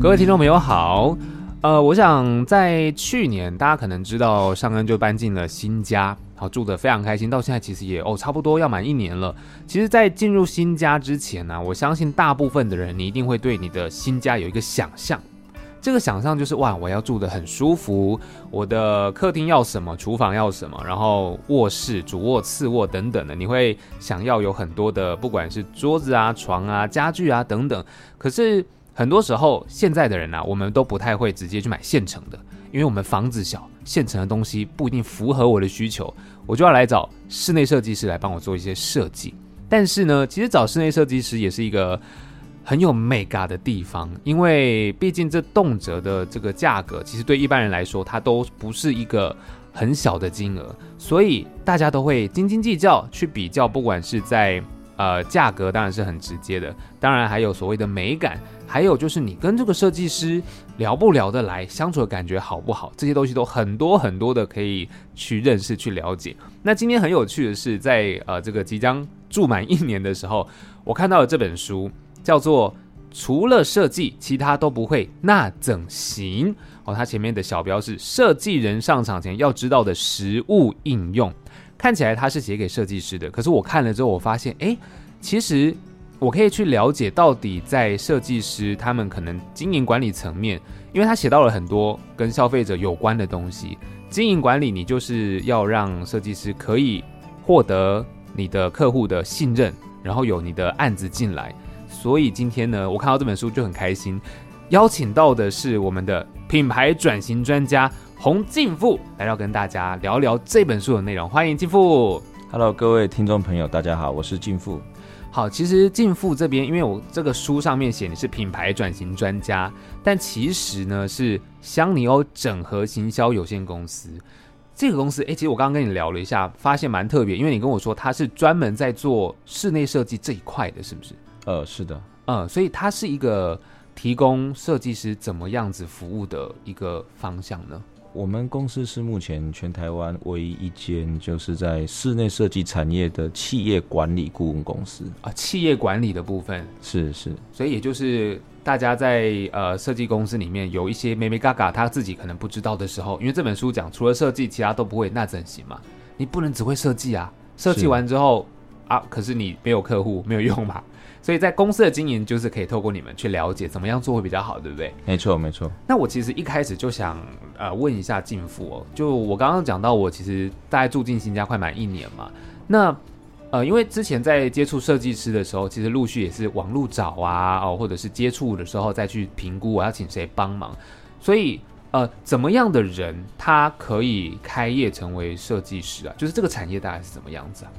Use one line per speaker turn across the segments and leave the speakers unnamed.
各位听众朋友好，呃，我想在去年大家可能知道尚恩就搬进了新家，好住得非常开心，到现在其实也哦差不多要满一年了。其实，在进入新家之前呢、我相信大部分的人你一定会对你的新家有一个想象。这个想象就是哇，我要住得很舒服，我的客厅要什么，厨房要什么，然后卧室、主卧、次卧等等的，你会想要有很多的，不管是桌子啊、床啊、家具啊等等。可是很多时候，现在的人啊，我们都不太会直接去买现成的，因为我们房子小，现成的东西不一定符合我的需求，我就要来找室内设计师来帮我做一些设计。但是呢，其实找室内设计师也是一个很有 mega 的地方，因为毕竟这动辄的这个价格，其实对一般人来说，它都不是一个很小的金额，所以大家都会斤斤计较去比较，不管是在呃价格当然是很直接的，当然还有所谓的美感，还有就是你跟这个设计师聊不聊得来，相处的感觉好不好，这些东西都很多很多的可以去认识去了解。那今天很有趣的是，在呃这个即将住满一年的时候，我看到了这本书，叫做《除了设计，其他都不会，那怎行》哦。它前面的小标是“设计人上场前要知道的实物应用”，看起来它是写给设计师的。可是我看了之后，我发现，诶，其实我可以去了解到底在设计师他们可能经营管理层面，因为他写到了很多跟消费者有关的东西。经营管理，你就是要让设计师可以获得你的客户的信任，然后有你的案子进来。所以今天呢，我看到这本书就很开心，邀请到的是我们的品牌转型专家洪进富，来要跟大家聊聊这本书的内容。欢迎进富。
Hello，各位听众朋友，大家好，我是进富。
好，其实进富这边，因为我这个书上面写你是品牌转型专家，但其实呢是香尼欧整合行销有限公司。这个公司，哎、其实我刚刚跟你聊了一下，发现蛮特别，因为你跟我说它是专门在做室内设计这一块的，是不是？
呃，是的，
嗯，所以它是一个提供设计师怎么样子服务的一个方向呢？
我们公司是目前全台湾唯一一间就是在室内设计产业的企业管理顾问公司。
啊，企业管理的部分，
是是，
所以也就是大家在呃设计公司里面有一些妹妹嘎嘎他自己可能不知道的时候，因为这本书讲除了设计其他都不会，那怎行嘛？你不能只会设计啊，设计
是
完之后啊，可是你没有客户没有用嘛，所以在公司的经营就是可以透过你们去了解怎么样做会比较好，对不对？
没错没错。
那我其实一开始就想呃问一下进富哦，就我刚刚讲到我其实大概住进新家快满一年嘛，那呃因为之前在接触设计师的时候，其实陆续也是网路找啊哦，或者是接触的时候再去评估我要请谁帮忙，所以呃怎么样的人他可以开业成为设计师啊？就是这个产业大概是怎么样子啊？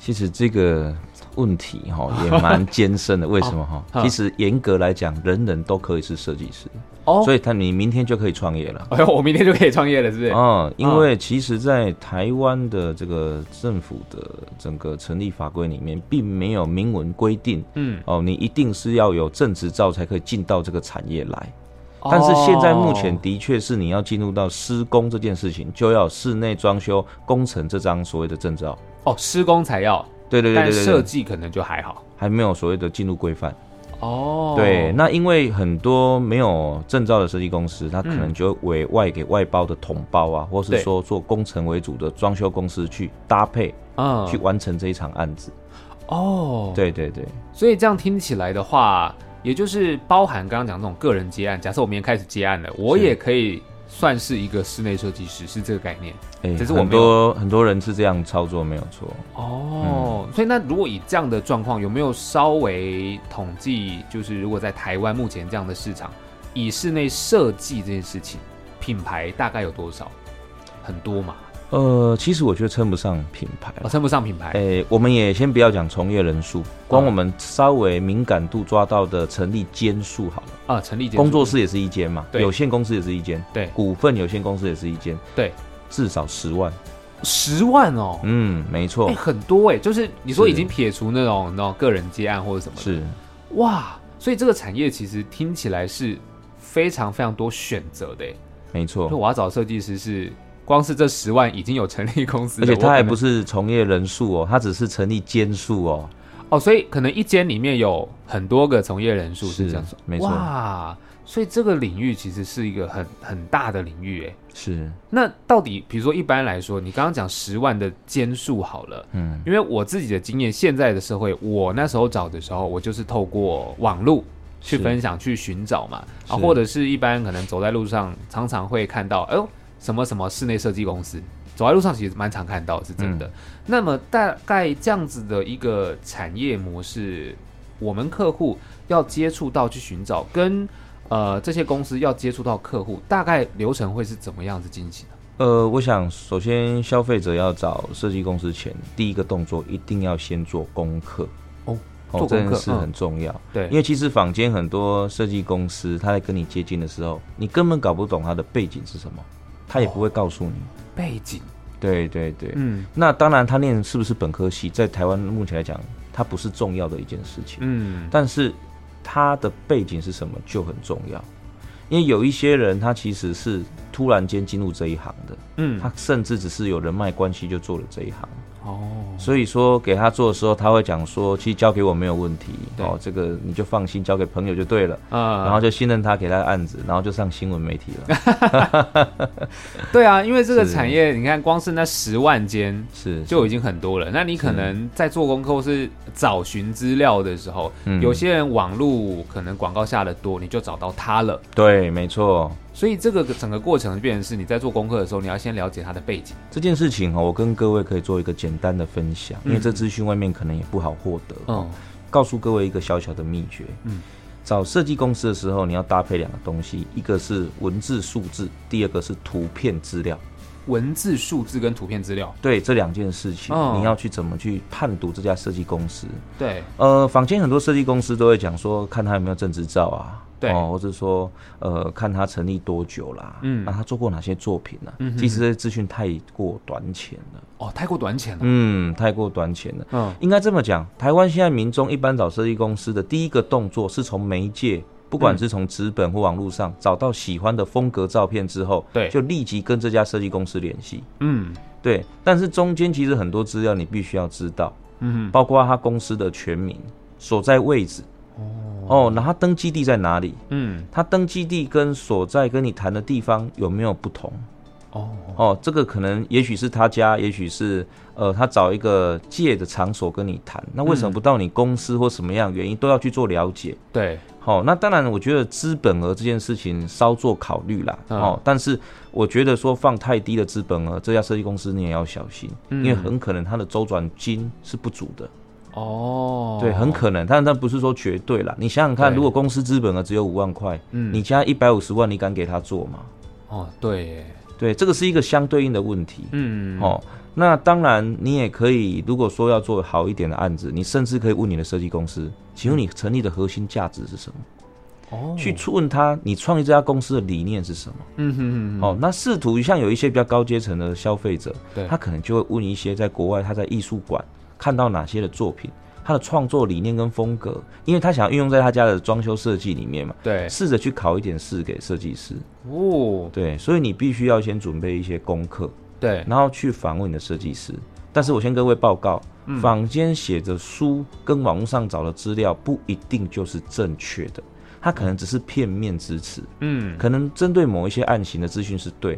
其实这个问题哈、也 蛮艰深的，为什么哈、
哦
其实严格来讲，人人都可以是设计师，
哦，
所以他你明天就可以创业了。
哎呦，我明天就可以创业了，是不是？
哦，因为其实，在台湾的这个政府的整个成立法规里面，并没有明文规定
嗯，
哦，你一定是要有正执照才可以进到这个产业来。但是现在目前
哦
的确是你要进入到施工这件事情，就要有室内装修工程这张所谓的证照。
哦施工才要，
对对对
但
对
设
对，
计可能就还好。
还没有所谓的进入规范。
哦，
对，那因为很多没有证照的设计公司，它可能
嗯
就委外给外包的统包啊，或是
对
说做工程为主的装修公司去搭配，
嗯，
去完成这一场案子。
哦，，
对对对，
所以这样听起来的话，也就是包含刚刚讲这种个人接案。假设我明天开始接案了，我
是
也可以算是一个室内设计师，是这个概念。
哎、
只是我
很
没有
多很多人是这样操作，没有错。
哦，所以那如果以这样的状况，有没有稍微统计，就是如果在台湾目前这样的市场，以室内设计这件事情，品牌大概有多少？很多嘛，
呃，其实我觉得称不上品牌啦
我称不上品牌。
诶、我们也先不要讲从业人数，光
嗯
我们稍微敏感度抓到的成立间数好了，
啊，成立结束
工作室也是一间嘛，
对
有限公司也是一间，
对
股份有限公司也是一间，
对，
至少十万。
十万哦，
嗯，没
哎、
错，
很多哎、就是你说
是
已经撇除那种那种个人接案或者什么的，
是
哇，所以这个产业其实听起来是非常非常多选择的耶。
没
就
错，
我要找设计师是，光是这十万已经有成立公司
而
了，
且它还不
是
是从业人数哦，它只是成立间数哦。
哦，所以可能一间里面有很多个从业人数是
是
这样说，
没错
哇，所以这个领域其实是一个很很大的领域，哎。
是，
那到底，比如说一般来说，你刚刚讲十万的间数好了，
嗯，
因为我自己的经验，现在的社会，我那时候找的时候，我就是透过网络去
是
分享、去寻找嘛，啊，
是
或者是一般可能走在路上，常常会看到，哎呦，什么什么室内设计公司，走在路上其实蛮常看到，是真的。
嗯
那么大概这样子的一个产业模式，我们客户要接触到去寻找跟。呃，这些公司要接触到客户，大概流程会是怎么样子进行的？
呃，我想首先消费者要找设计公司前，第一个动作一定要先做功课。
哦，
哦
做，
这
功
件
课
事
嗯
很重要。
对，
因为其实坊间很多设计公司，他在跟你接近的时候，你根本搞不懂他的背景是什么，他也不会告诉你。
背景，
对对对，
哦嗯
那当然他念是不是本科系，在台湾目前来讲，它不是重要的一件事情，
嗯，
但是他的背景是什么就很重要。因为有一些人，他其实是突然间进入这一行的，
嗯，
他甚至只是有人脉关系就做了这一行。
哦，
所以说给他做的时候，他会讲说，其实交给我没有问题
对
哦，这个你就放心交给朋友就对了。
啊
然后就信任他给他的案子，然后就上新闻媒体 了。
对啊，因为这个
是
产业，你看光是那十万间
是，
就已经很多了。那你可能在做功课或是找寻资料的时候，
嗯
有些人网络可能广告下的多，你就找到他了。
对，没错。
所以这个整个过程变成是你在做功课的时候，你要先了解他的背景。
这件事情哈、哦，我跟各位可以做一个简单的分享，因为
嗯
这资讯外面可能也不好获得。
嗯，
告诉各位一个小小的秘诀，
嗯
嗯，找设计公司的时候，你要搭配两个东西，一个是文字数字，第二个是图片资料。
文字、数字跟图片资料，
对这两件事情，
哦
你要去怎么去判读这家设计公司？
对，
呃，坊间很多设计公司都会讲说，看他有没有证执照啊，
对
哦，或者说呃，看他成立多久啦，啊
嗯
那、他做过哪些作品呢、
嗯哼
其实这些资讯太过短浅了，
哦，太过短浅了。
嗯，太过短浅了。
嗯，
应该这么讲，台湾现在民众一般找设计公司的第一个动作是从媒介，不管是从纸本或网络上找到喜欢的风格照片之后，
对
就立即跟这家设计公司联系。
嗯
对，但是中间其实很多资料你必须要知道，
嗯，
包括他公司的全名、所在位置，哦，那他登记地在哪里？
嗯，
他登记地跟所在跟你谈的地方有没有不同？
哦，
哦，这个可能也许是他家，也许是呃他找一个借的场所跟你谈，那为什么不到你公司或什么样原因都要去做了解？
对，
好、那当然，我觉得资本额这件事情稍作考虑啦。
嗯
哦，但是我觉得说放太低的资本额，这家设计公司你也要小心，
嗯
因为很可能它的周转金是不足的。
哦，
对，很可能，但但不是说绝对啦。你想想看，
对
如果公司资本额只有五万块，
嗯
你加一百五十万，你敢给他做吗？
哦，对耶，
对，这个是一个相对应的问题。
嗯，
哦，那当然，你也可以，如果说要做好一点的案子，你甚至可以问你的设计公司，请问你成立的核心价值是什么？
哦，
去问他，你创立这家公司的理念是什么？
嗯哼哼哼，
哦，那试图像有一些比较高阶层的消费者，
对，
他可能就会问一些在国外他在艺术馆看到哪些的作品，他的创作理念跟风格，因为他想要运用在他家的装修设计里面嘛，
对，
试着去考一点试给设计师。
哦，
对，所以你必须要先准备一些功课，
对，
然后去访问你的设计师。但是我先跟各位报告，
嗯
坊间写的书跟网络上找的资料不一定就是正确的，它可能只是片面之词，
嗯，
可能针对某一些案型的资讯是对，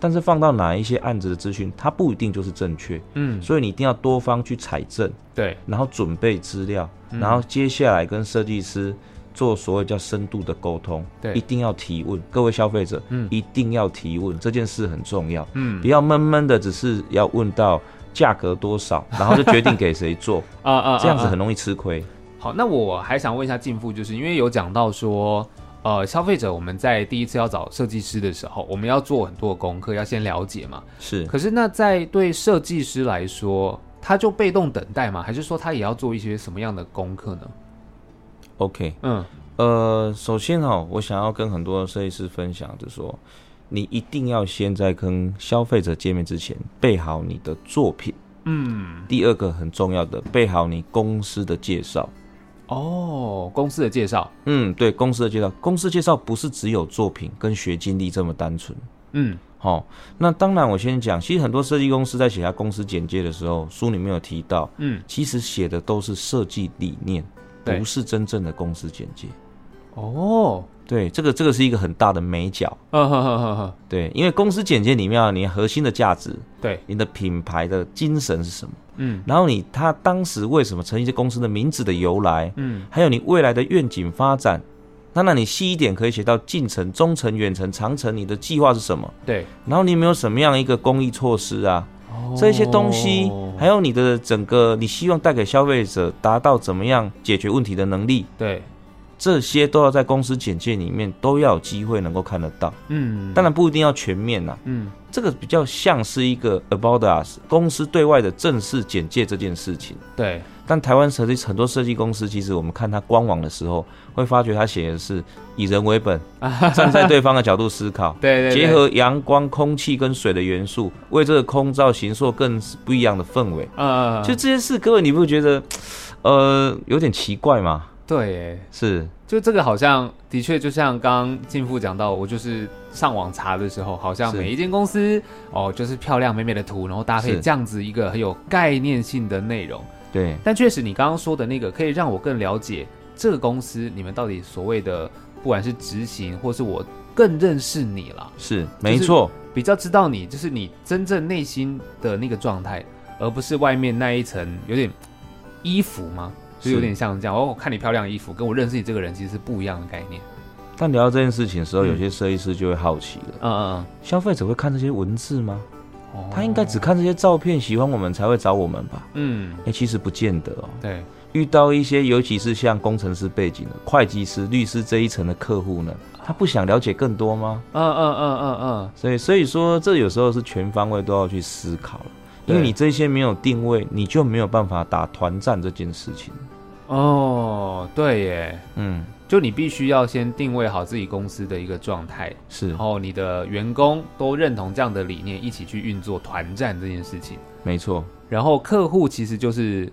但是放到哪一些案子的资讯，它不一定就是正确。
嗯，
所以你一定要多方去采证，
对，
然后准备资料，
嗯
然后接下来跟设计师做所谓叫深度的沟通，
对
一定要提问，各位消费者，嗯，一定要提问，这件事很重要，
嗯，
不要闷闷的，只是要问到价格多少，然后就决定给谁做，
啊 啊，
这样子
啊
很容易吃亏，
好。那我还想问一下进富，就是因为有讲到说。呃，消费者我们在第一次要找设计师的时候，我们要做很多功课，要先了解嘛。
是。
可是那在对设计师来说，他就被动等待嘛，还是说他也要做一些什么样的功课呢？
OK，
嗯，
呃，首先哈、我想要跟很多设计师分享，就是说，你一定要先在跟消费者见面之前备好你的作品。嗯，第二个很重要的，备好你公司的介绍。
哦，公司的介绍，
嗯，对，公司的介绍，公司介绍不是只有作品跟学经历这么单纯。
嗯，
好、那当然，我先讲，其实很多设计公司在写他公司简介的时候，书里面有提到，
嗯，
其实写的都是设计理念，
对
不是真正的公司简介。
哦，
对，这个这个是一个很大的美角。
嗯呵呵呵呵，
对，因为公司简介里面啊，你核心的价值、
对，
你的品牌的精神是什么，
嗯
然后你他当时为什么成立这公司的名字的由来，
嗯
还有你未来的愿景发展。那那你细一点可以写到近程、中程、远程、长程，你的计划是什么？
对，
然后你有没有什么样一个公益措施啊？这些东西，还
有
有你的整个你希望带给消费者达到怎么样解决问题的能力，
对，
这些都要在公司简介里面都要有机会能够看得到。
嗯
当然不一定要全面啦，
嗯
这个比较像是一个 About Us 公司对外的正式简介这件事情。
对，
但台湾设计很多设计公司，其实我们看它官网的时候，会发觉它写的是以人为 本，站在对方的角度思考，
对对对
结合阳光、空气跟水的元素，为这个空造形塑更不一样的氛围。
呃，
就这些事，各位你不觉得，呃，有点奇怪吗？
对耶，
是，
就这个好像的确就像刚刚进富讲到，我就是上网查的时候，好像
是
每一间公司哦，就是漂亮美美的图，然后搭配
是
这样子一个很有概念性的内容。
对，
但确实，你刚刚说的那个可以让我更了解这个公司，你们到底所谓的不管是执行，或是我更认识你了，
是，没错，
比较知道你，就是你真正内心的那个状态，而不是外面那一层有点衣服吗？就是有点像这样哦，我看你漂亮的衣服，跟我认识你这个人其实是不一样的概念。
但聊到这件事情的时候，
嗯
有些设计师就会好奇了：
嗯
消费者会看这些文字吗？
嗯嗯，
他应该只看这些照片，喜欢我们才会找我们吧？
嗯，
哎、其实不见得哦。
对，
遇到一些，尤其是像工程师背景的、会计师、律师这一层的客户呢，
啊
他不想了解更多吗？
嗯嗯嗯嗯嗯，
所以，所以说这有时候是全方位都要去思考了，因为
对
你这些没有定位，你就没有办法打团战这件事情。
哦，对耶，
嗯，
就你必须要先定位好自己公司的一个状态，
是
然后你的员工都认同这样的理念，一起去运作团战这件事情。
没错，
然后客户其实就是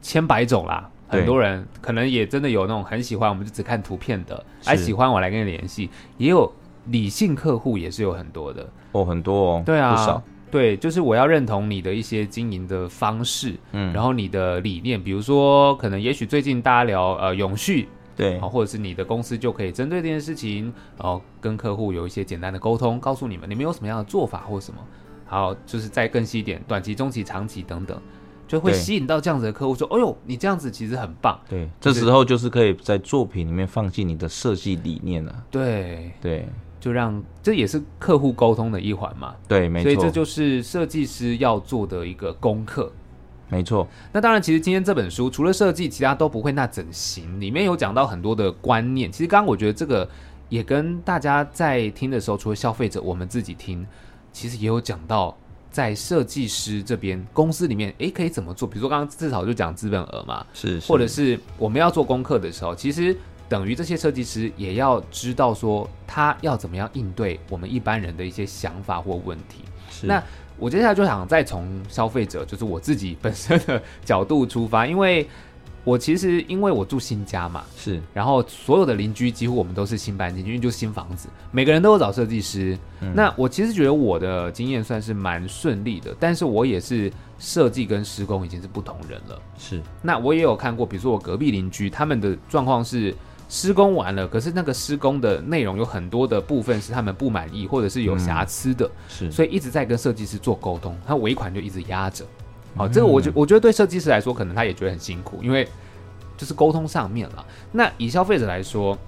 千百种啦，
对
很多人可能也真的有那种很喜欢，我们就只看图片的，
是
哎喜欢我来跟你联系，也有理性客户也是有很多的，
哦，很多哦，
对啊，
不少，
对，就是我要认同你的一些经营的方式，
嗯，
然后你的理念，比如说可能也许最近大家聊呃永续，哦
对
好，，或者是你的公司就可以针对这件事情，然后跟客户有一些简单的沟通，告诉你们你们有什么样的做法或什么，好，就是再更细一点，短期、中期、长期等等，就会
对
吸引到这样子的客户说，哎呦，你这样子其实很棒，
对，这时候就是可以在作品里面放进你的设计理念了、
对，
对，
就让这也是客户沟通的一环嘛，
对，没
所以这
错，
就是设计师要做的一个功课。
没错，
那当然，其实今天这本书除了设计，其他都不会那整形。里面有讲到很多的观念。其实刚刚我觉得这个也跟大家在听的时候，除了消费者，我们自己听，其实也有讲到在设计师这边公司里面，诶，可以怎么做？比如说刚刚至少就讲资本额嘛，
是，是
或者是我们要做功课的时候，其实等于这些设计师也要知道说他要怎么样应对我们一般人的一些想法或问题。
是
那我接下来就想再从消费者，就是我自己本身的 角度出发，因为我其实因为我住新家嘛，
是，
然后所有的邻居几乎我们都是新搬进去，因为就是新房子，每个人都有找设计师。那我其实觉得我的经验算是蛮顺利的，但是我也是设计跟施工已经是不同人了。
是，
那我也有看过，比如说我隔壁邻居他们的状况是施工完了，可是那个施工的内容有很多的部分是他们不满意或者是有瑕疵的。
是，
所以一直在跟设计师做沟通，他尾款就一直压着。
嗯
好、这个我觉我觉得对设计师来说，可能他也觉得很辛苦，因为就是沟通上面了。那以消费者来说，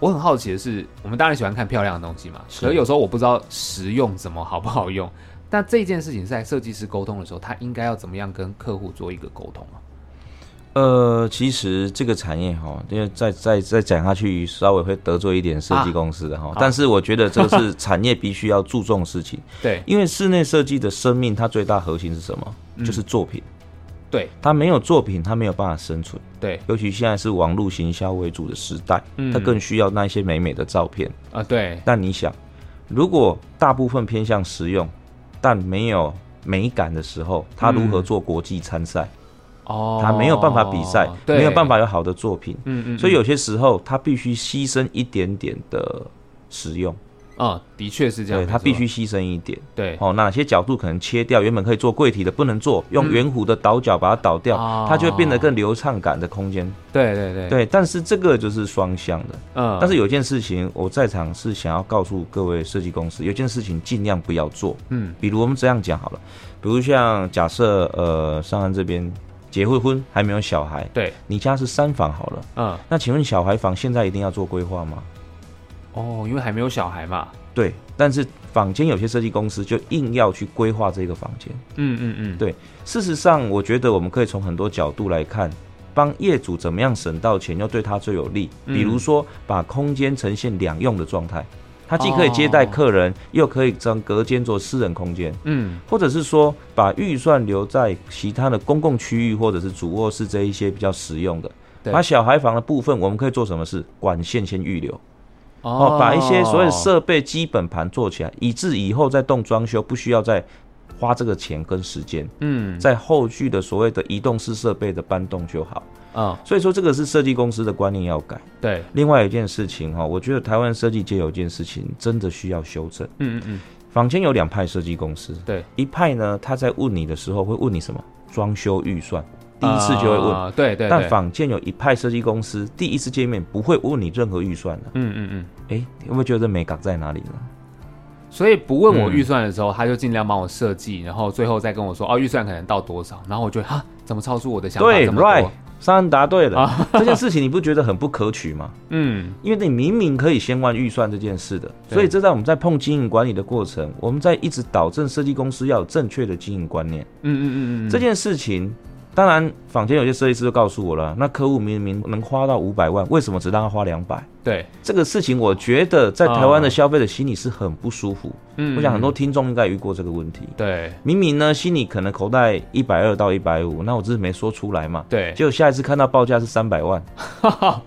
我很好奇的是，我们当然喜欢看漂亮的东西嘛，
是
可是有时候我不知道实用怎么好不好用。那这件事情在设计师沟通的时候，他应该要怎么样跟客户做一个沟通啊？
呃，其实这个产业哈，因为再再再讲下去，稍微会得罪一点设计公司的
啊
哈、但是我觉得这是产业必须要注重的 事情，
对
因为室内设计的生命，它最大核心是什么？就是作品。
嗯对
它没有作品，它没有办法生存。
对嗯
尤其现在是网络行销为主的时代，它更需要那一些美美的照片。
啊、对
但你想，如果大部分偏向实用，但没有美感的时候，它如何做国际参赛？
哦，
它没有办法比赛，
对
没有办，法有好的作品。
嗯嗯，
所以有些时候，它必须牺牲一点点的实用，
嗯，的确是这样，
对，它
没错
必须牺牲一点。
对，
哦，哪些角度可能切掉？原本可以做柜体的不能做，用圆弧的倒角把它倒掉，
哦
它就会变得更流畅感的空间。
对对对，
对，但是这个就是双向的。
嗯，
但是有件事情，我在场是想要告诉各位设计公司，有件事情尽量不要做。
嗯，
比如我们这样讲好了，比如像假设呃上岸这边结过婚还没有小孩，
对，
你家是三房好了，
嗯，
那请问小孩房现在一定要做规划吗？
哦，因为还没有小孩嘛，
对，但是坊间有些设计公司就硬要去规划这个房间。
嗯嗯嗯，
对事实上，我觉得我们可以从很多角度来看，帮业主怎么样省到钱，又对他最有利。
嗯
比如说，把空间呈现两用的状态，它既可以接待
哦
客人，又可以将隔间做私人空间。
嗯
或者是说，把预算留在其他的公共区域或者是主卧室这一些比较实用的。
对
把小孩房的部分，我们可以做什么事？管线先预留
哦
哦，把一些所有的设备基本盘做起来，以致以后再动装修不需要再花这个钱跟时间。
嗯
在后续的所谓的移动式设备的搬动就好。
嗯
所以说，这个是设计公司的观念要改。
对，
另外一件事情哈，我觉得台湾设计界有一件事情真的需要修正。
嗯嗯嗯，
坊间有两派设计公司，
对，
一派呢，他在问你的时候会问你什么装修预算，第一次就会问。
啊，对对，
但
对
坊间有一派设计公司，第一次见面不会问你任何预算的、
嗯嗯嗯。
诶，你会不会觉得美感在哪里呢？
所以不问我预算的时候，他就尽量帮我设计，然后最后再跟我说哦，预算可能到多少，然后我就哈，怎么超出我的想法
对
这么多啊
，right，三答对了。这件事情你不觉得很不可取吗？
嗯，
因为你明明可以先完预算这件事的，
对
所以这在我们在碰经营管理的过程，我们在一直导正设计公司要有正确的经营观念。
嗯嗯嗯嗯嗯，
这件事情，当然坊间有些设计师就告诉我了，那客户明明能花到五百万，为什么只让他花两百？
对，
这个事情，我觉得在台湾的
哦
消费者心里是很不舒服。
嗯
我想很多听众应该遇过这个问题。
对
明明呢，心里可能口袋一百二到一百五，那我只是没说出来嘛。
对，
结果下一次看到报价是三百万，
哇，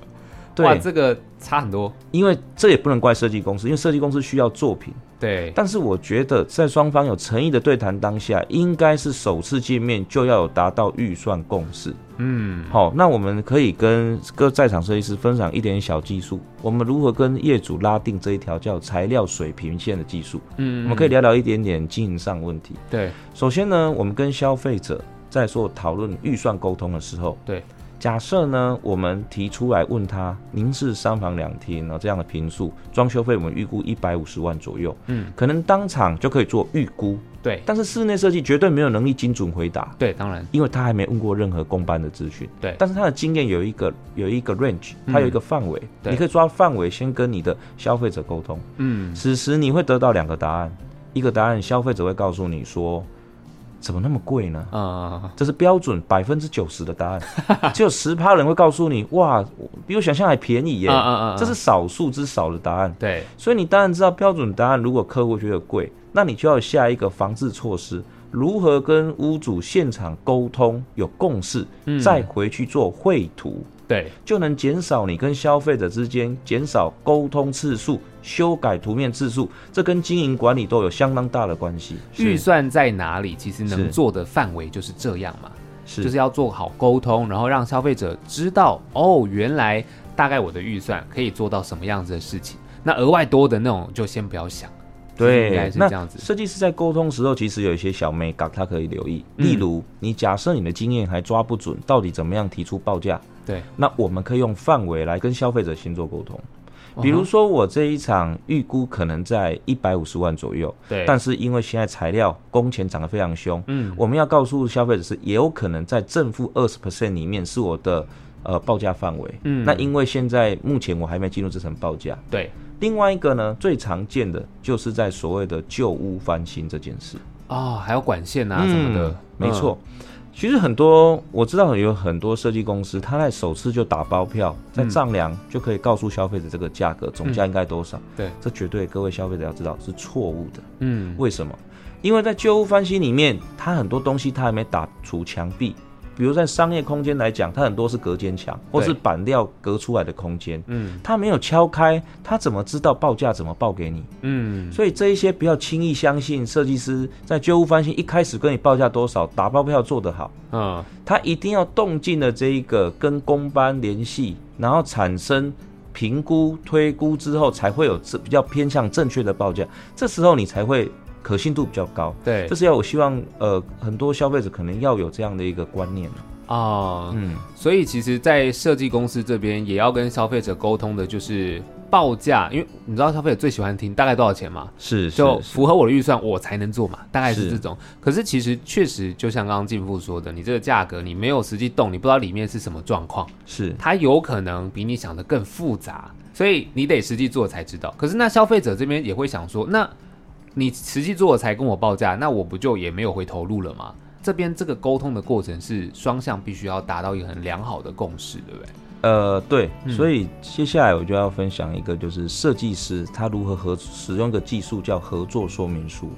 对，
这个差很多，
因为这也不能怪设计公司，因为设计公司需要作品。
对，
但是我觉得，在双方有诚意的对谈当下，应该是首次见面就要有达到预算共识。
嗯
好，那我们可以跟各在场设计师分享一点小技术，我们如何跟业主拉定这一条叫材料水平线的技术。
嗯，
我们可以聊聊一点点经营上问题。
对
首先呢，我们跟消费者在做讨论预算沟通的时候，
对，
假设呢，我们提出来问他，您是三房两厅哦这样的平数，装修费我们预估一百五十万左右，
嗯，
可能当场就可以做预估，
对
但是室内设计绝对没有能力精准回答，
对，当然
因为他还没问过任何公班的资讯，
对
但是他的经验有一个有一个 range，
嗯
它有一个范围，
对
你可以抓范围先跟你的消费者沟通，
嗯
此时你会得到两个答案，一个答案消费者会告诉你说，怎么那么贵呢？
啊
这是标准百分之九十的答案， 只有十趴人会告诉你，哇，我比我想象还便宜耶，
啊啊啊，
这是少数之少的答案。
对
所以你当然知道标准答案，如果客户觉得贵，那你就要下一个防治措施，如何跟屋主现场沟通有共识，
嗯
再回去做绘图，
对
就能减少你跟消费者之间减少沟通次数、修改图面次数，这跟经营管理都有相当大的关系。
预算在哪里，其实能
是
做的范围就是这样嘛。
是
就是要做好沟通，然后让消费者知道哦，原来大概我的预算可以做到什么样子的事情。那额外多的那种就先不要想。就是应该
对，
是
那
这样子。
设计师在沟通时候，其实有一些小美感，他可以留意。
嗯
例如，你假设你的经验还抓不准，到底怎么样提出报价，
对，
那我们可以用范围来跟消费者先做沟通。比如
嗯哼
说，我这一场预估可能在一百五十万左右，
对，
但是因为现在材料工钱涨得非常凶，
嗯
我们要告诉消费者是也有可能在正负二十 percent 里面是我的呃报价范围。
嗯
那因为现在目前我还没进入这层报价，
对
另外一个呢，最常见的就是在所谓的旧屋翻新这件事
哦，还有管线啊什么的，
嗯没错。其实很多我知道有很多设计公司，他在首次就打包票，
嗯
在丈量就可以告诉消费者这个价格总价应该多少。
对
这绝对各位消费者要知道是错误的。
嗯，嗯，
为什么？因为在旧屋翻新里面，它很多东西它还没打除墙壁，比如在商业空间来讲，它很多是隔间墙或是
对
板料隔出来的空间，
嗯
它没有敲开，它怎么知道报价怎么报给你？
嗯，
所以这一些不要轻易相信设计师在旧屋翻新一开始跟你报价多少，打包票做得好，
嗯，
他一定要动尽了这一个跟工班联系，然后产生评估推估之后，才会有这比较偏向正确的报价，这时候你才会可信度比较高。
对
这是要我希望呃很多消费者可能要有这样的一个观念。
啊、
嗯，
所以其实，在设计公司这边也要跟消费者沟通的，就是报价，因为你知道消费者最喜欢听大概多少钱嘛，
是
就是
是
符合我的预算，我才能做嘛，大概是
是
这种。可是其实确实，就像刚刚进富说的，你这个价格你没有实际动，你不知道里面是什么状况，
是
它有可能比你想的更复杂，所以你得实际做才知道。可是那消费者这边也会想说，那你实际做了才跟我报价，那我不就也没有回头路了吗？这边这个沟通的过程是双向必须要达到一个很良好的共识，对不对？
呃，对，
嗯
所以接下来我就要分享一个，就是设计师他如何合使用一个技术叫合作说明书。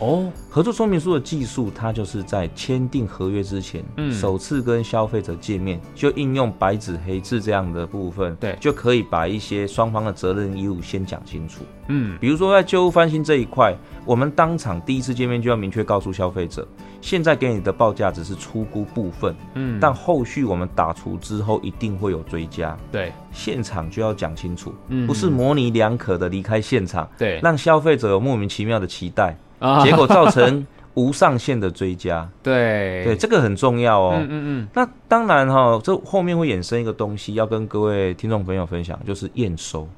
哦，
合作说明书的技术，它就是在签订合约之前，
嗯
首次跟消费者见面，就应用白纸黑字这样的部分，
对
就可以把一些双方的责任义务先讲清楚。
嗯，
比如说在旧物翻新这一块，我们当场第一次见面就要明确告诉消费者，现在给你的报价只是初估部分，
嗯
但后续我们打除之后一定会有追加。
对，
现场就要讲清楚，
嗯
不是模棱两可的离开现场，
对，
让消费者有莫名其妙的期待，
啊
结果造成无上限的 追加。
对
对，，这个很重要哦。
哎嗯嗯
那当然哈、这后面会衍生一个东西，要跟各位听众朋友分享，就是验收。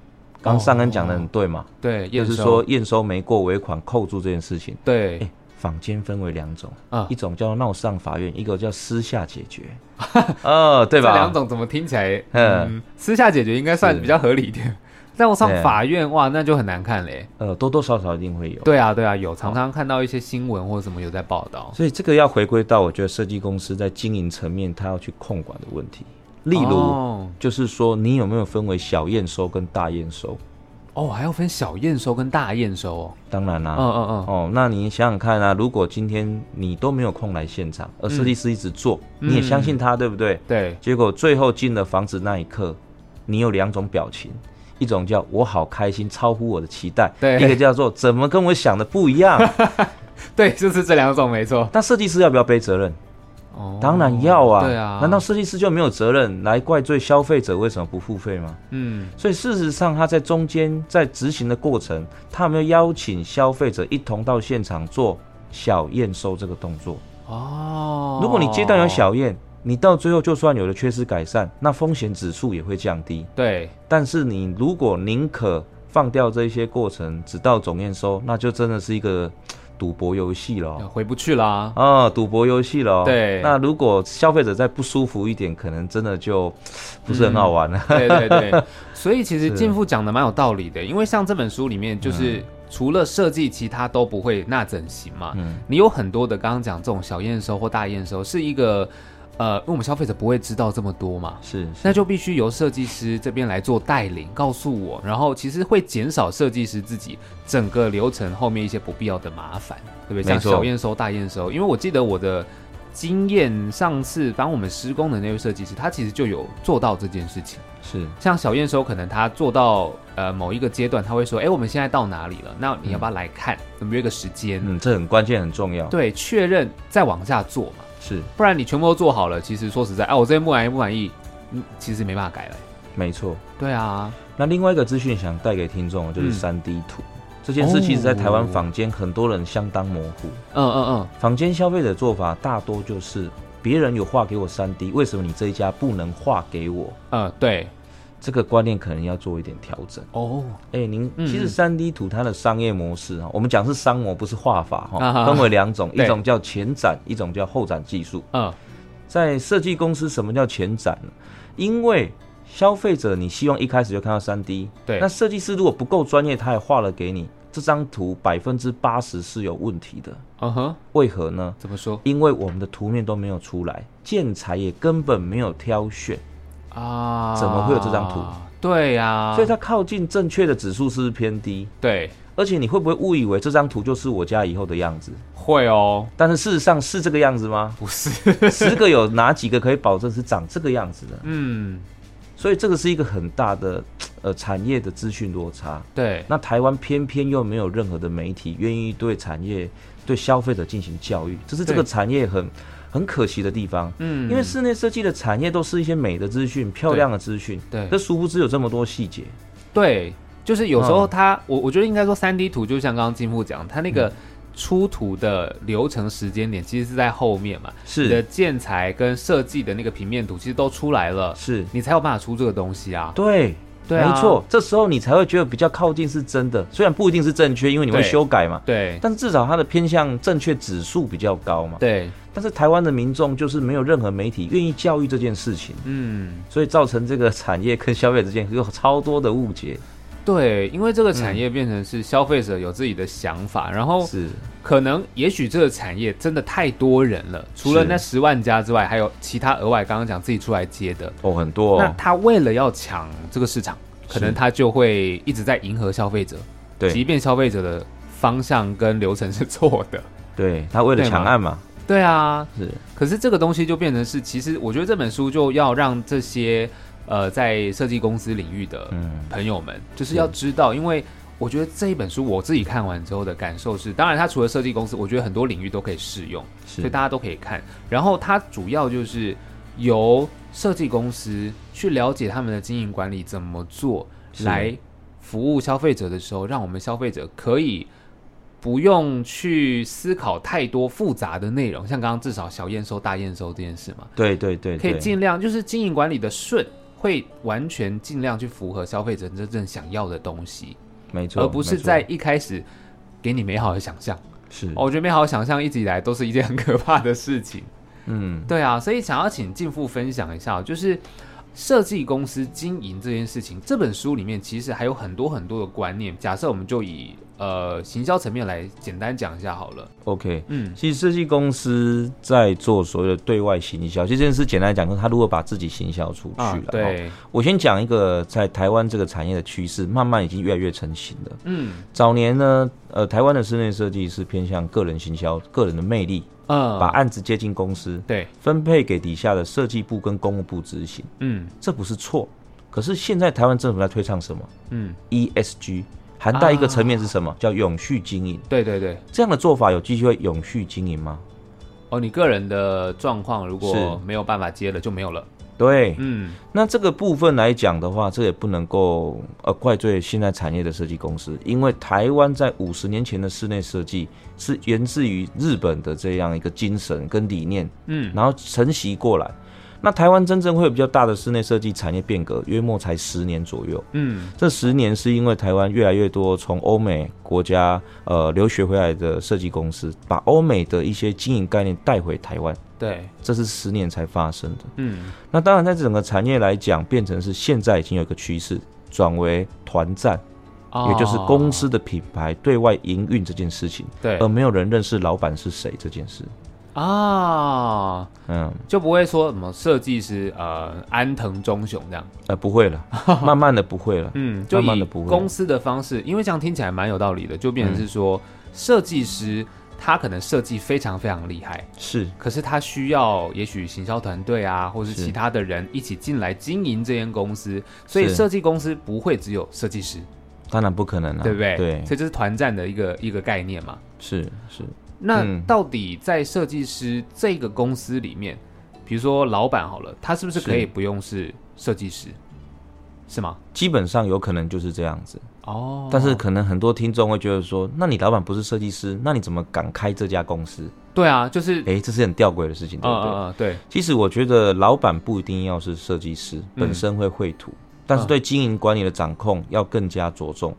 刚上恩讲的很对嘛，
嗯，对，
就
验
是
收
说验收没过尾款扣住这件事情。
对
哎，坊间分为两种，
啊
一，种叫闹上法院，一个叫私下解决。 哦，对吧？
这两种怎么听起来，
嗯
嗯，私下解决应该算比较合理一点。 但我上
对
法院哇，那就很难看嘞。
呃，多多少少一定会有。
对啊，对啊，有常常看到一些新闻或什么有在报道。
所以这个要回归到，我觉得设计公司在经营层面，它要去控管的问题。例如，
哦，
就是说你有没有分为小验收跟大验收？
哦还要分小验收跟大验收哦。
当然啦、
嗯嗯
哦，那你想想看啊，如果今天你都没有空来现场，而设计师一直做，
嗯
你也相信他，对不对
嗯？，对，
结果最后进了房子那一刻，你有两种表情，一种叫我好开心，超乎我的期待；，
对
一个叫做怎么跟我想的不一 样。
对，就是这两种没错。
那设计师要不要背责任？
哦
当然要啊，
对啊，
难道设计师就没有责任来怪罪消费者为什么不付费吗？
嗯
所以事实上，他在中间在执行的过程，他有没有邀请消费者一同到现场做小验收这个动作？
哦？
如果你阶段有小验，你到最后就算有了缺失改善，那风险指数也会降低。
对
但是你如果宁可放掉这些过程，只到总验收，那就真的是一个赌博游戏了哦。
回不去啦。
啊，赌博游戏了、哦。
对
那如果消费者再不舒服一点，可能真的就不是很好玩 了。
对对对，所以其实进富讲的蛮有道理的，因为像这本书里面就是。除了设计，其他都不会那怎行嘛？
嗯
你有很多的，刚刚讲这种小验收或大验收，是一个，呃，因为我们消费者不会知道这么多嘛，
是，是
那就必须由设计师这边来做带领，告诉我，然后其实会减少设计师自己整个流程后面一些不必要的麻烦，对不对？像
没错
小验收、大验收，因为我记得我的经验，上次帮我们施工的那位设计师，他其实就有做到这件事情。
是
像小验收，可能他做到呃某一个阶段，他会说，哎，我们现在到哪里了？那你要不要来看？我们约个时间？
嗯，这很关键，很重要。，
对，确认再往下做嘛，
是
不然你全部都做好了，其实说实在，啊，我这边不满意不满意，嗯，其实没办法改了。
没错。
对啊，
那另外一个资讯想带给听众的就是
嗯
三 D 图、这件事，其实在台
哦
湾坊间很多人相当模糊。
嗯嗯
坊间消费者做法大多就是别人有画给我三 D，为什么你这一家不能画给我？
嗯，呃，对，
这个观念可能要做一点调整。
哦，
哎、您
嗯
其实三 D 图它的商业模式啊，我们讲是商模，不是画法
啊哈
哈，分为两种，一
对
种叫前展，一种叫后展技术。
嗯，
在设计公司，什么叫前展呢？因为消费者你希望一开始就看到三 D，
对
那设计师如果不够专业，他也画了给你，这张图百分之八十是有问题的。
嗯哼，
为何呢？
怎么说
因为我们的图面都没有出来，建材也根本没有挑选，
啊？
怎么会有这张图？
对呀、
所以它靠近正确的指数是不是偏低？
对
而且你会不会误以为这张图就是我家以后的样子？
会哦，？
但是事实上是这个样子吗
不是，
十个有哪几个可以保证是长这个样子的？
嗯，
所以这个是一个很大的呃产业的资讯落差。
对，
那台湾偏偏又没有任何的媒体愿意对产业、对消费者进行教育，这是这个
对
产业很很可惜的地方。
嗯，
因为室内设计的产业都是一些美的资讯、漂亮的资讯，
对
但殊不知有这么多细节。
对，就是有时候它，我我觉得应该说三 D 图，就像刚刚金富讲，它那个出图的流程时间点其实是在后面嘛，你的
是
建材跟设计的那个平面图其实都出来了，
是，
你才有办法出这个东西啊。
对，
对啊
没错，这时候你才会觉得比较靠近是真的，虽然不一定是正确，因为你会
对
修改嘛，
对
但至少它的偏向正确指数比较高嘛。
对，
但是台湾的民众就是没有任何媒体愿意教育这件事情，
嗯，
所以造成这个产业跟消费者之间有超多的误解。
对，因为这个产业变成是消费者有自己的想法，然后
是，
可能也许这个产业真的太多人了，除了
是
那十万家之外，还有其他额外刚刚讲自己出来接的，
哦，很多、
那
哦，
他为了要抢这个市场，可能
是
他就会一直在迎合消费者，即
对
便消费者的方向跟流程是错 的。
对，他为了
对嘛
抢案嘛，
对啊，
是
可是这个东西就变成是，其实我觉得这本书就要让这些呃在设计公司领域的
嗯
朋友们，就是要知道，因为我觉得这一本书我自己看完之后的感受是，当然它除了设计公司，我觉得很多领域都可以适用。所以
是
大家都可以看。然后它主要就是由设计公司去了解他们的经营管理怎么做，
是
来服务消费者的时候，让我们消费者可以不用去思考太多复杂的内容，像刚刚至少小验收、大验收这件事嘛，
对对对，
可以
对
尽量就是经营管理的顺。会完全尽量去符合消费者真正想要的东西，
没错，
而不是
没错嗯
在一开始给你美好的想象。
是
哦我觉得美好的想象一直以来都是一件很可怕的事情。
嗯
对啊，所以想要请进富分享一下，就是设计公司经营这件事情，这本书里面其实还有很多很多的观念。假设我们就以呃行销层面来简单讲一下好了。
，OK。
嗯，
其实设计公司在做所谓的对外行销，其实这件事简单来讲，就是他如果把自己行销出去了、
啊，
哦，
对，
我先讲一个在台湾这个产业的趋势，慢慢已经越来越成型了。
嗯
早年呢，呃，台湾的室内设计是偏向个人行销、个人的魅力，
嗯，
把案子接进公司，
对，
分配给底下的设计部跟公务部执行，
嗯
这不是错。可是现在台湾政府在推倡什么
嗯，
？ESG，涵盖一个
啊
层面是什么？叫永续经营。
对对对。
这样的做法有机会永续经营吗？
哦，你个人的状况如果
是
没有办法接了，就没有了。
对，
嗯，
那这个部分来讲的话，这也不能够呃怪罪现在产业的设计公司，因为台湾在五十年前的室内设计是源自于日本的这样一个精神跟理念，
嗯，
然后承袭过来。那台湾真正会有比较大的室内设计产业变革，约莫才十年左右。
嗯
这十年是因为台湾越来越多从欧美国家呃留学回来的设计公司，把欧美的一些经营概念带回台湾，
对，
这是十年才发生的。
嗯
那当然，在整个产业来讲，变成是现在已经有一个趋势，转为团战，
哦
也就是公司嗯的品牌对外营运这件事情，
对
而没有人认识老板是谁这件事。
啊，
嗯，
就不会说什么设计师呃安藤忠雄这样。
呃，不 会了，慢慢的不会了。
嗯，就
慢慢
以
地不会
公司的方式，因为这样听起来蛮有道理的，就变
嗯
成是说，设计师他可能设计非常非常厉害，
是
可是他需要也许行销团队啊，或是
是
其他的人一起进来经营这间公司，所以
是
设计公司不会只有设计师，
当然不可能了、
对不对？
啊对，
所以这是团战的一个一个概念嘛。
是是，
那
嗯
到底在设计师这个公司里面，比如说老板好了，他是不是
是
可以不用是设计师，是吗？
基本上有可能就是这样子。
哦，
但是可能很多听众会觉得说，那你老板不是设计师，那你怎么敢开这家公司？
对啊，就是
诶，这是很吊诡的事情，对不对？
嗯嗯嗯，对，
其实我觉得老板不一定要是设计师，
嗯
本身会绘图，但是对经营管理的掌控要更加着重。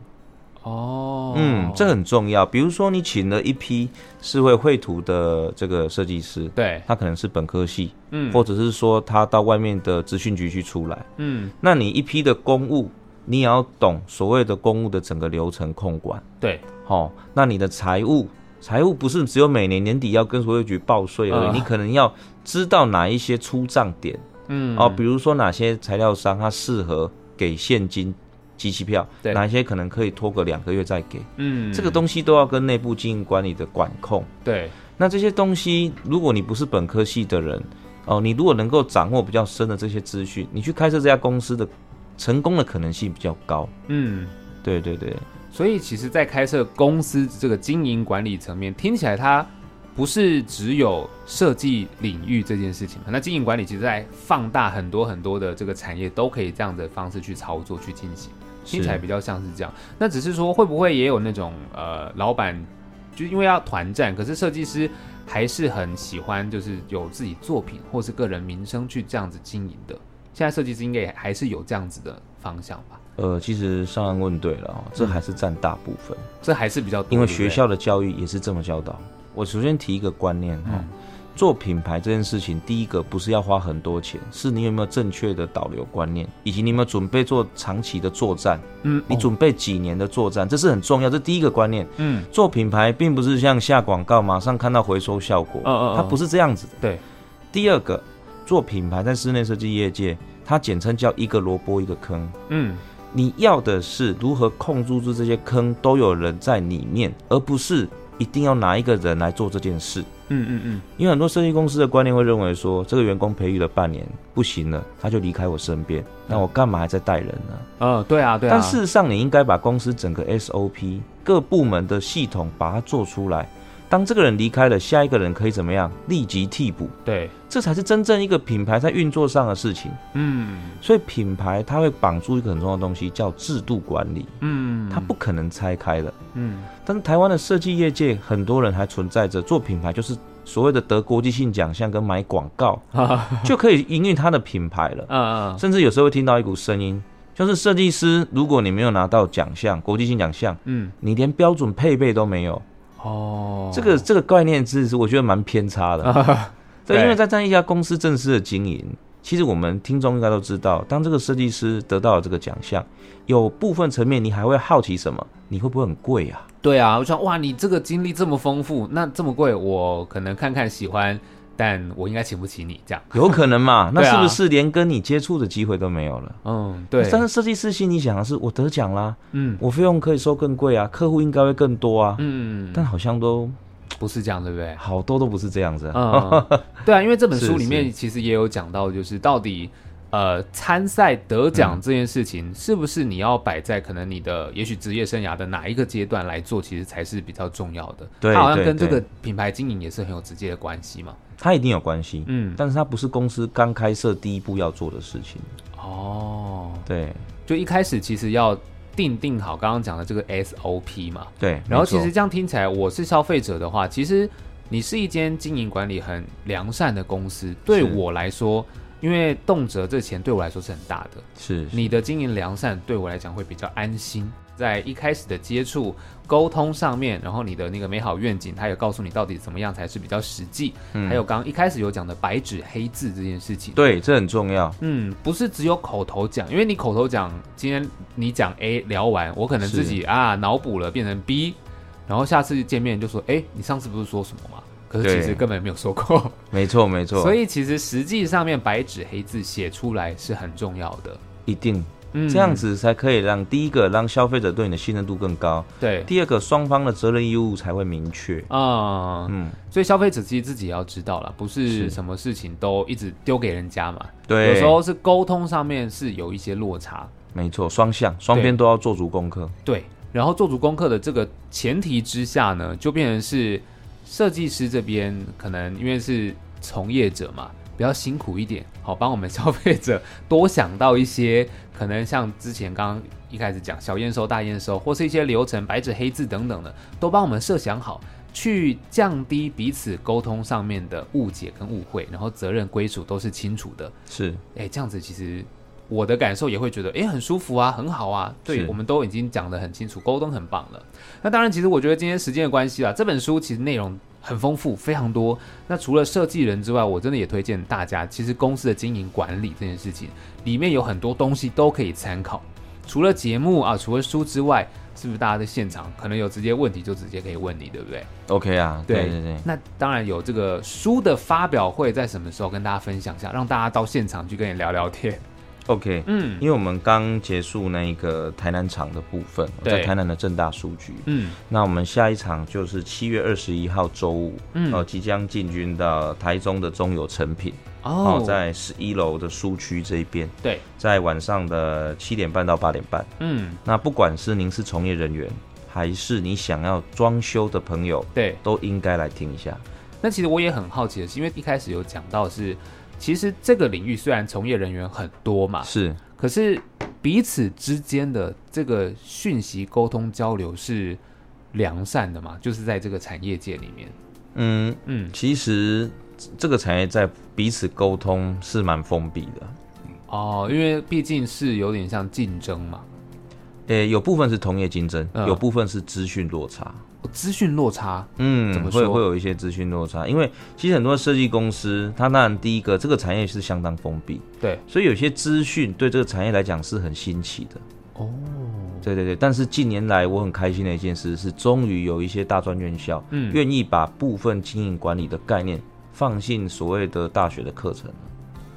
哦，
嗯，这很重要。比如说你请了一批是会绘图的这个设计师，
对，
他可能是本科系，
嗯
或者是说他到外面的资讯局去出来，
嗯，
那你一批的公务，你也要懂所谓的公务的整个流程控管。
对，
哦，那你的财务，财务不是只有每年年底要跟所有局报税而已，
嗯
你可能要知道哪一些出账点，
嗯，
哦，比如说哪些材料商它适合给现金及其票，
对
哪一些可能可以拖个两个月再给，
嗯，
这个东西都要跟内部经营管理的管控。
对，
那这些东西，如果你不是本科系的人，哦，你如果能够掌握比较深的这些资讯，你去开设这家公司的成功的可能性比较高。
嗯，
对对对，
所以其实，在开设公司这个经营管理层面，听起来它不是只有设计领域这件事情嘛，那经营管理其实在放大很多很多的这个产业都可以这样的方式去操作去进行，听起来比较像是这样。那只是说会不会也有那种呃，老板就因为要团战，可是设计师还是很喜欢就是有自己作品或是个人名声去这样子经营的。现在设计师应该也还是有这样子的方向吧？
呃，其实上岸问对了、哦，这还是占大部分，
这还是比较多
因为
对不
学
对
校的教育也是这么教导。我首先提一个观念哈、哦
嗯
做品牌这件事情，第一个不是要花很多钱，是你有没有正确的导流观念，以及你有没有准备做长期的作战，
嗯
你准备几年的作战，这是很重要，这第一个观念。
嗯
做品牌并不是像下广告马上看到回收效果，
嗯嗯嗯
它不是这样子的。
对，
第二个，做品牌在室内设计业界，它简称叫一个萝卜一个坑。
嗯
你要的是如何控制住这些坑都有人在里面，而不是一定要拿一个人来做这件事。
嗯嗯嗯
因为很多设计公司的观念会认为说，这个员工培育了半年不行了，他就离开我身边，那我干嘛还在带人呢？
呃对啊对啊，
但事实上，你应该把公司整个 SOP 各部门的系统把它做出来。当这个人离开了，下一个人可以怎么样？立即替补，
对
这才是真正一个品牌在运作上的事情。
嗯
所以品牌它会绑住一个很重要的东西，叫制度管理，
嗯
它不可能拆开的。
嗯
但是台湾的设计业界，很多人还存在着做品牌就是所谓的得国际性奖项跟买广告
啊
就可以营运他的品牌了。
嗯嗯
甚至有时候会听到一股声音，就是设计师，如果你没有拿到奖项，国际性奖项，
嗯
你连标准配备都没有，
哦
这个这个概念是我觉得蛮偏差的。 对，
啊对
因为在这样一家公司正式的经营，其实我们听众应该都知道，当这个设计师得到了这个奖项，有部分层面你还会好奇什么？你会不会很贵啊？
对啊，我想哇，你这个经历这么丰富，那这么贵，我可能看看喜欢，但我应该请不起你这样。
有可能嘛？那
对啊
是不是连跟你接触的机会都没有了？
嗯，对，
但是设计师心里想的是，我得奖啦，
嗯
我费用可以收更贵啊，客户应该会更多啊。
嗯，
但好像都
不是这样，对不对？
好多都不是这样子、啊。
嗯，对 啊，因为这本书里面
是
其实也有讲到，就是到底呃参赛得奖这件事
嗯
情，是不是你要摆在可能你的也许职业生涯的哪一个阶段来做，其实才是比较重要的。
对
它好像
对
跟这
对
个品牌经营也是很有直接的关系嘛。
它一定有关系，
嗯，
但是它不是公司刚开设第一步要做的事情。
哦，
对
就一开始其实要定定好刚刚讲的这个 SOP 嘛，
对，
然后
没错
其实这样听起来，我是消费者的话，其实你是一间经营管理很良善的公司，对我来说，因为动辄这钱对我来说是很大的，
是
你的经营良善对我来讲会比较安心。在一开始的接触、沟通上面，然后你的那个美好愿景，他也告诉你到底怎么样才是比较实际。
嗯
还有刚刚一开始有讲的白纸黑字这件事情，
对，这很重要。
嗯，不是只有口头讲，因为你口头讲，今天你讲 A 聊完，我可能
是
自己啊脑补了变成 B，然后下次见面就说，哎、你上次不是说什么吗？可是其实
对
根本没有说过，
没错没错，
所
以
以其实实际上面白纸黑字写出来是很重要的。
一定
嗯
这样子才可以让第一个让消费者对你的信任度更高，
嗯对，
第二个双方的责任义务才会明确。
啊、
嗯，
所以消费者其实自己也要知道了，不是
是
什么事情都一直丢给人家嘛。
对，
有时候是沟通上面是有一些落差，
没错，双向双边都要做足功课。
对，然后做足功课的这个前提之下呢，就变成是设计师这边可能因为是从业者嘛，比较辛苦一点，好帮我们消费者多想到一些可能像之前刚刚一开始讲小验收、大验收，或是一些流程、白纸黑字等等的，都帮我们设想好。去降低彼此沟通上面的误解跟误会，然后责任归属都是清楚的，
是
哎、这样子其实我的感受也会觉得，哎、很舒服啊，很好啊。对，
是
我们都已经讲得很清楚，沟通很棒了。那当然，其实我觉得今天时间的关系啦，这本书其实内容很丰富，非常多。那除了设计人之外，我真的也推荐大家，其实公司的经营管理这件事情，里面有很多东西都可以参考。除了节目啊，除了书之外，是不是大家在现场可能有直接问题就直接可以问你，对不对？
OK 啊，对对对，
那当然有这个书的发表会在什么时候跟大家分享一下，让大家到现场去跟你聊聊天。
OK，
嗯
因为我们刚结束那一个台南场的部分，
对
在台南的正大数据。
嗯
那我们下一场就是七月二十一号周五，
嗯
呃，即将进军到台中的中友成品，
哦，
在十一楼的书区这边，
对，
在晚上的七点半到八点半。
嗯
那不管是您是从业人员，还是你想要装修的朋友，
对，
都应该来听一下。
那其实我也很好奇的是，因为一开始有讲到是，其实这个领域虽然从业人员很多嘛，
是
可是彼此之间的这个讯息沟通交流是良善的嘛？就是在这个产业界里面，
嗯，
嗯，
其实这个产业在彼此沟通是蛮封闭的，
哦，因为毕竟是有点像竞争嘛，
诶、呃有部分是同业竞争，
嗯
有部分是资讯落差。
哦资讯落差，
嗯
怎么
会
说
会有一些资讯落差，因为其实很多设计公司，它当然第一个这个产业是相当封闭，
对，
所以有些资讯对这个产业来讲是很新奇的。
哦，
对对对，但是近年来我很开心的一件事是，终于有一些大专院校，
嗯
愿意把部分经营管理的概念放进所谓的大学的课程。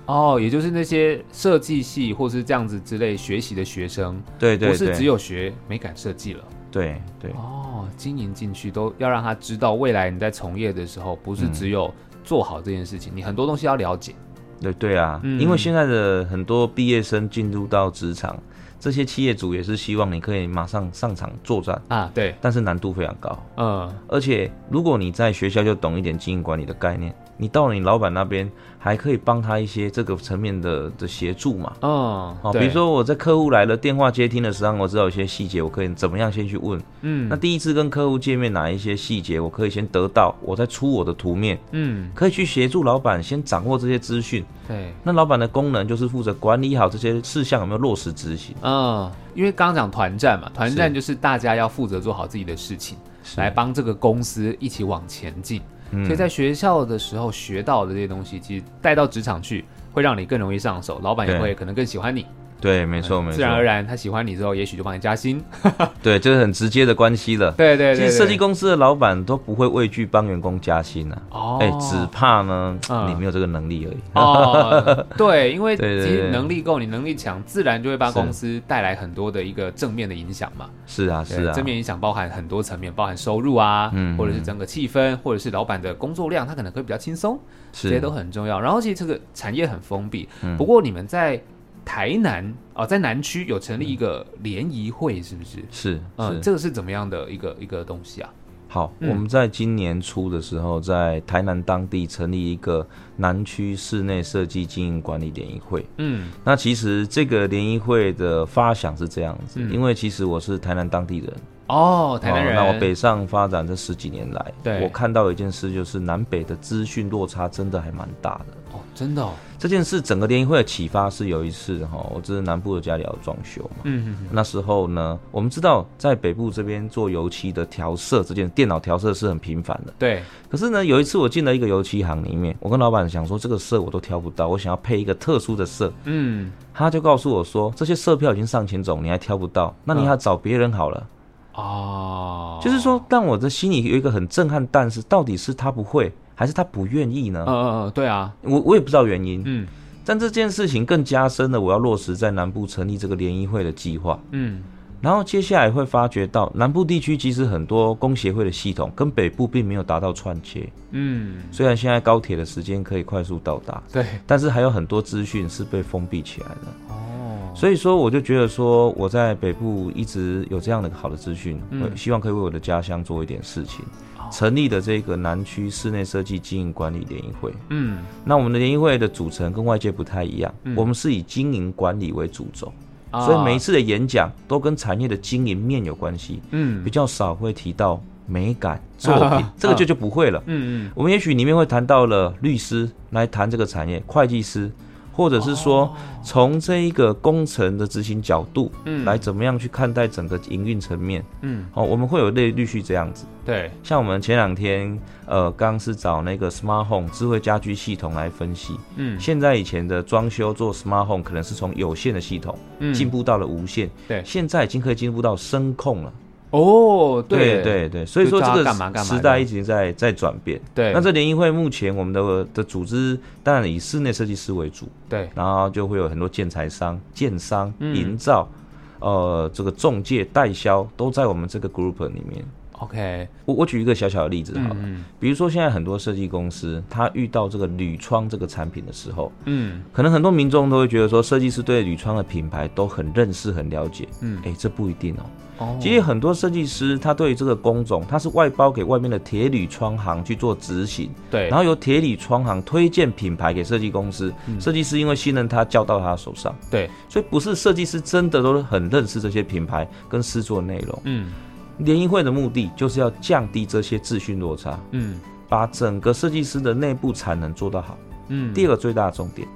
哦，也就是那些设计系或是这样子之类学习的学生，
对对
不
对，
是只有学美感设计了。
对对
哦，经营进去都要让他知道，未来你在从业的时候，不是
嗯
只有做好这件事情，你很多东西要了解。
对对啊，
嗯
因为现在的很多毕业生进入到职场，这些企业主也是希望你可以马上上场作战，
啊，对，
但是难度非常高。
嗯，
而且，如果你在学校就懂一点经营管理的概念，你到了你老板那边还可以帮他一些这个层面的的协助嘛。
嗯，
哦，
对
比如，说我在客户来了电话接听的时候，我知道有些细节，我可以怎么样先去问。那
嗯
第一次跟客户见面，哪一些细节我可以先得到，我再出我的图面，
嗯，
可以去协助老板先掌握这些资讯。
对，
那老板的功能就是负责管理好这些事项有没有落实执行。
嗯，因为刚刚讲团战嘛，团战
是
就是大家要负责做好自己的事情，来帮这个公司一起往前进。
嗯
所以在学校的时候学到的这些东西，其实带到职场去，会让你更容易上手，老板也
对
会可能更喜欢你。
对，没错，没错
自，然而然，他喜欢你之后，也许就帮你加薪。
对，这是很直接的关系了。
对对对
其实设计
工
公司的老板都不会畏惧帮员工加薪啊，
哦，
哎、只怕呢、
嗯
你没有这个能力而已。
哦，对， 因为其
对对
实
对
能力够，你能力强，自然就会帮
是
公司带来很多的一个正面的影响嘛。
是啊，
对
是啊，
正面影响包含很多层面，包含收入啊，
嗯
或者是整个气氛，或者是老板的工作量，他可能会比较轻松，这些
是嗯
都很重要。然后其实这个产业很封闭，不过你们在台南哦，在南区有成立一个联谊会，是不是？
是
嗯，
嗯是。
这个是怎么样的一个一个东西啊？
好、
嗯
我们在今年初的时候，在台南当地成立一个南区室内设计经营管理联谊会。
嗯
那其实这个联谊会的发想是这样子，
嗯
因为其实我是台南当地人，
哦，台南人，
哦那我北上发展这十几年来，
对
我看到一件事，就是南北的资讯落差真的还蛮大的。
哦，真的、哦，
这件事整个联谊会的启发是有一次哈，我这是南部的家里要装修嘛，
嗯嗯
那时候呢，我们知道在北部这边做油漆的调色这件电脑调色是很频繁的，
对，
可是呢，有一次我进了一个油漆行里面，我跟老板想说这个色我都挑不到，我想要配一个特殊的色，
嗯，
他就告诉我说这些色票已经上千种，你还挑不到，那
嗯
你还找别人好了。
哦，
就是说，让我的心里有一个很震撼，但是到底是他不会，还是他不愿意呢？
嗯，嗯嗯，对啊，
我我也不知道原因。
嗯
但这件事情更加深了我要落实在南部成立这个联谊会的计划。
嗯，
然后接下来会发觉到，南部地区其实很多工协会的系统跟北部并没有达到串接。
嗯，
虽然现在高铁的时间可以快速到达，
对，
但是还有很多资讯是被封闭起来的。
哦，
所以说，我就觉得说我在北部一直有这样的好的资讯，
嗯
我希望可以为我的家乡做一点事情
哦，
成立的这个南区室内设计经营管理联谊会。
嗯，
那我们的联谊会的组成跟外界不太一样，
嗯
我们是以经营管理为主轴，
啊
所以每一，次的演讲都跟产业的经营面有关系，
嗯
比较少会提到美感作 品，这个就就不会了。
嗯嗯，
我们也许里面会谈到了律师来谈这个产业，会计师，或者是
哦
说从这一个工程的执行角度，
嗯
来怎么样去看待整个营运层面。
嗯，
哦，我们会有类陆续这样子。
对，
像我们前两天，呃，刚是找那个 Smart Home 智慧家居系统来分析，
嗯
现在以前的装修做 Smart Home 可能是从有线的系统
嗯，
进步到了无线，
对
现在已经可以进步到声控了。
哦，
对
对
对对，所以说
就
这
叫它
个
干嘛干嘛
时代一直在在转变。
对，
那这联谊会目前我们的的组织当然以室内设计师为主，
对，
然后就会有很多建材商、建商、
嗯
营造，呃，这个中介、代销都在我们这个 group 里面。
OK，
我我举一个小小的例子好了，
嗯
比如说现在很多设计公司，它遇到这个铝窗这个产品的时候，
嗯
可能很多民众都会觉得说，设计师对铝窗的品牌都很认识、很了解。
嗯，
哎，这不一定哦。
哦，
其实很多设计师他对于这个工种，他是外包给外面的铁铝窗行去做执行，
对，
然后由铁铝窗行推荐品牌给设计公司，
嗯
设计师因为信任他交到他手上，
对，
所以不是设计师真的都很认识这些品牌跟施作内容。
嗯
联谊会的目的就是要降低这些资讯落差，
嗯
把整个设计师的内部产能做到好。
嗯，
第二个最大的重点，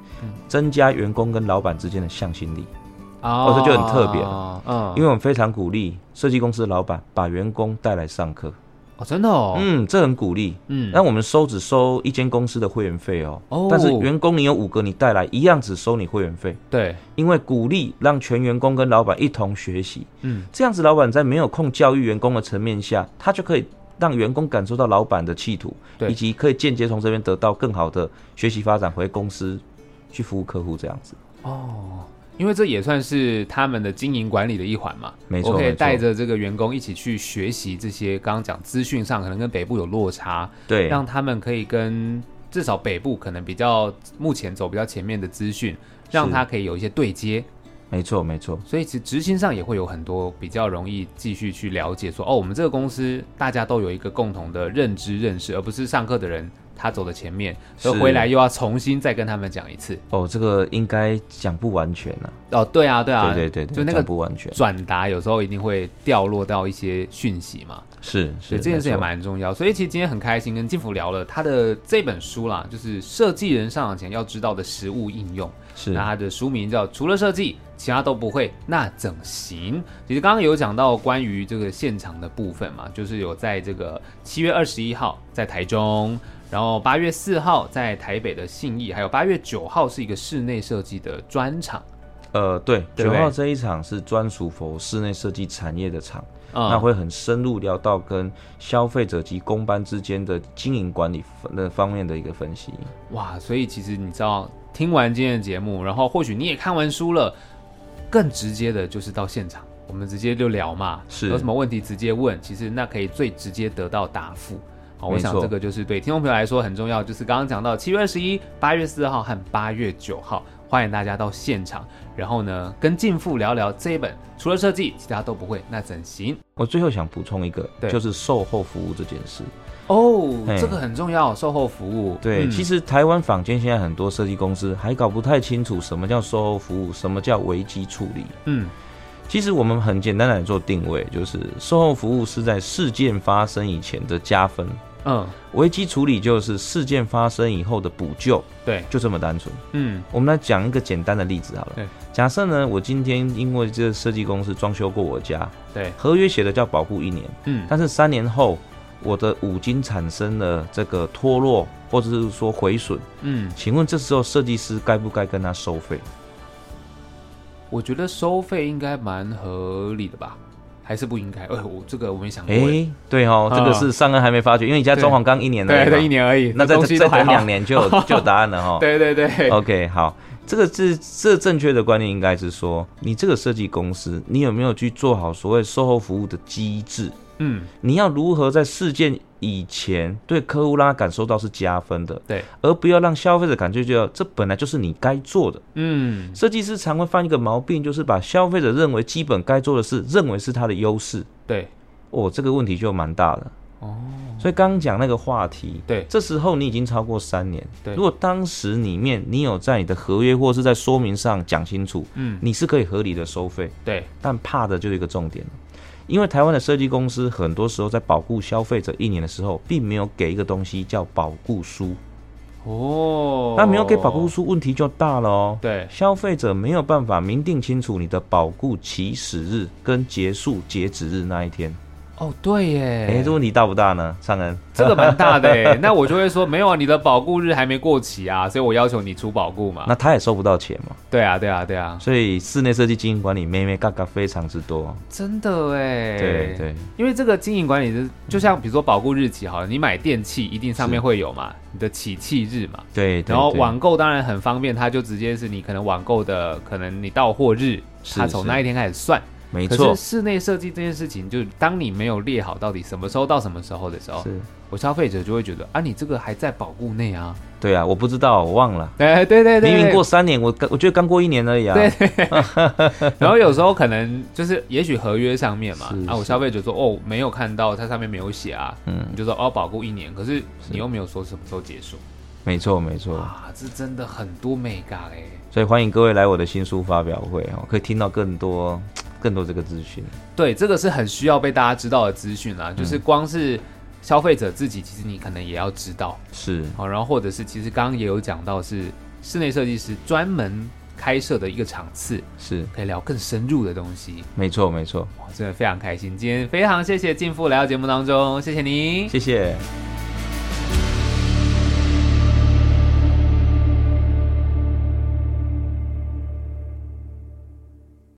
增加员工跟老板之间的向心力，
哦
这就很特别了
嗯，
因
为
为我们非常鼓励设计公司的老板把员工带来上课。
哦真的哦，
嗯，这很鼓励。
嗯
那我们收只收一间公司的会员费哦，
哦
但是员工你有五个，你带来一样只收你会员费，
对，
因为鼓励让全员工跟老板一同学习，
嗯
这样子老板在没有空教育员工的层面下，他就可以让员工感受到老板的企图，
对
以及可以间接从这边得到更好的学习发展，回公司去服务客户这样子。
哦。因为这也算是他们的经营管理的一环嘛，
没错
我可以
没错
带着这个员工一起去学习这些刚刚讲资讯上可能跟北部有落差，
对，
让他们可以跟至少北部可能比较目前走比较前面的资讯，让他可以有一些对接，
没错没错，
所以其实执行上也会有很多比较容易继续去了解说，哦，我们这个公司大家都有一个共同的认知认识，而不是上课的人他走的前面，
是
而回来又要重新再跟他们讲一次。
哦，这个应该讲不完全啊，
哦，对啊，对啊，
对对对，
就那
讲
个
不完全
转达有时候一定会掉落到一些讯息嘛。
是
所
是
以这件事也
没错
蛮重要。所以其实今天很开心跟金福聊了他的这本书啦，就是《设计人上场前要知道的实物应用》。
是
那它的书名叫《除了设计，其他都不会》，那怎行？其实刚刚有讲到关于这个现场的部分嘛，就是有在这个七月二十一号在台中，然后八月四号在台北的信义，还有八月九号是一个室内设计的专场。
呃，对，
对不
九
对
号这一场是专属佛室内设计产业的场，
啊
那会很深入聊到跟消费者及公班之间的经营管理那方面的一个分析。
哇，所以其实你知道，听完今天的节目，然后或许你也看完书了，更直接的就是到现场，我们直接就聊嘛，
是
有什么问题直接问，其实那可以最直接得到答复。好，我
没
想
错
这个就是对听众朋友来说很重要，就是刚刚讲到七月二十一、八月四号和八月九号，欢迎大家到现场，然后呢跟进富聊聊这一本，除了设计，其他都不会，那怎行？
我最后想补充一个
对，
就是售后服务这件事。
哦，
嘿
这个很重要，售后服务。
对，
嗯
其实台湾坊间现在很多设计公司还搞不太清楚什么叫售后服务，什么叫危机处理。
嗯，
其实我们很简单来做定位，就是售后服务是在事件发生以前的加分，
嗯，
危机处理就是事件发生以后的补救，
对，
就这么单纯。
嗯，
我们来讲一个简单的例子好了。
对，
假设呢，我今天因为这个设计公司装修过我家，
对，
合约写的叫保护一年，
嗯，
但是三年后我的五金产生了这个脱落或者是说毁损，
嗯。
请问这时候设计师该不该跟他收费？
我觉得收费应该蛮合理的吧，还是不应该？哎，我这个我没想过
哎、
耶。
对哦，
啊
这个是上恩还没发觉，因为你家装潢刚一年而已嘛
对对，一，年而已，
那再
东西都
再
还
等
好
两。年 就有就有答案了哈、哦。
对对对，
OK，好，这个是这正确的观念应该是说，你这个设计公司，你有没有去做好所谓售后服务的机制？
嗯，
你要如何在事件以前对客户让他感受到是加分的，
对，
而不要让消费者感觉觉得这本来就是你该做的。
嗯，
设计师常会犯一个毛病，就是把消费者认为基本该做的事，认为是他的优势。
对，
哦，这个问题就蛮大的。
哦，
所以刚刚讲那个话题，
对
这时候你已经超过三年，
对
如果当时里面你有在你的合约或是在说明上讲清楚，
嗯，
你是可以合理的收费，
对，
但怕的就是一个重点了因为台湾的设计公司很多时候在保护消费者一年的时候，并没有给一个东西叫保护书，
哦，
那没有给保护，书，问题就大了哦。
对，
消费者没有办法明定清楚你的保护起始日跟结束截止日那一天，
哦，对耶，
哎、这问题大不大呢？尚恩，
这个蛮大的 耶。那我就会说，没有啊，你的保固日还没过期啊，所以我要求你出保固嘛
那。他也收不到钱嘛，
对啊，对啊，对啊，
所以室内设计经营管理妹妹嘎嘎非常之多。
真的哎，
对对，
因为这个经营管理的，就像比如说保固日期好了，你买电器一定上面
是
会有嘛，你的起气日嘛，
对对，
然后
对
网购当然很方便，它就直接是你可能网购的，可能你到货日，
是
它从
是
那一天开始算。
没
可
错
是，室内设计这件事情，就是当你没有列好到底什么时候到什么时候的时候，
是，
我消费者就会觉得啊，你这个还在保固内啊。
对啊，我不知道，我忘了，
哎， 对对对，
明明过三年，我刚我觉得刚过一年而已啊，
对 然后有时候可能就是，也许合约上面嘛
是，
啊，我消费者说哦，没有看到，它上面没有写啊，
嗯
你，就说哦，保固一年，可是你又没有说什么时候结束
没错没错，
啊，这真的很多美感哎。
所以欢迎各位来我的新书发表会哦，可以听到更多更多这个资讯，
对，这个是很需要被大家知道的资讯啦，就是光是消费者自己，其实你可能也要知道。
是
好，然后或者是其实刚刚也有讲到是室内设计师专门开设的一个场次，
是，
可以聊更深入的东西。
没错没错，
哇，真的非常开心，今天非常谢谢进富来到节目当中，谢谢您。
谢谢。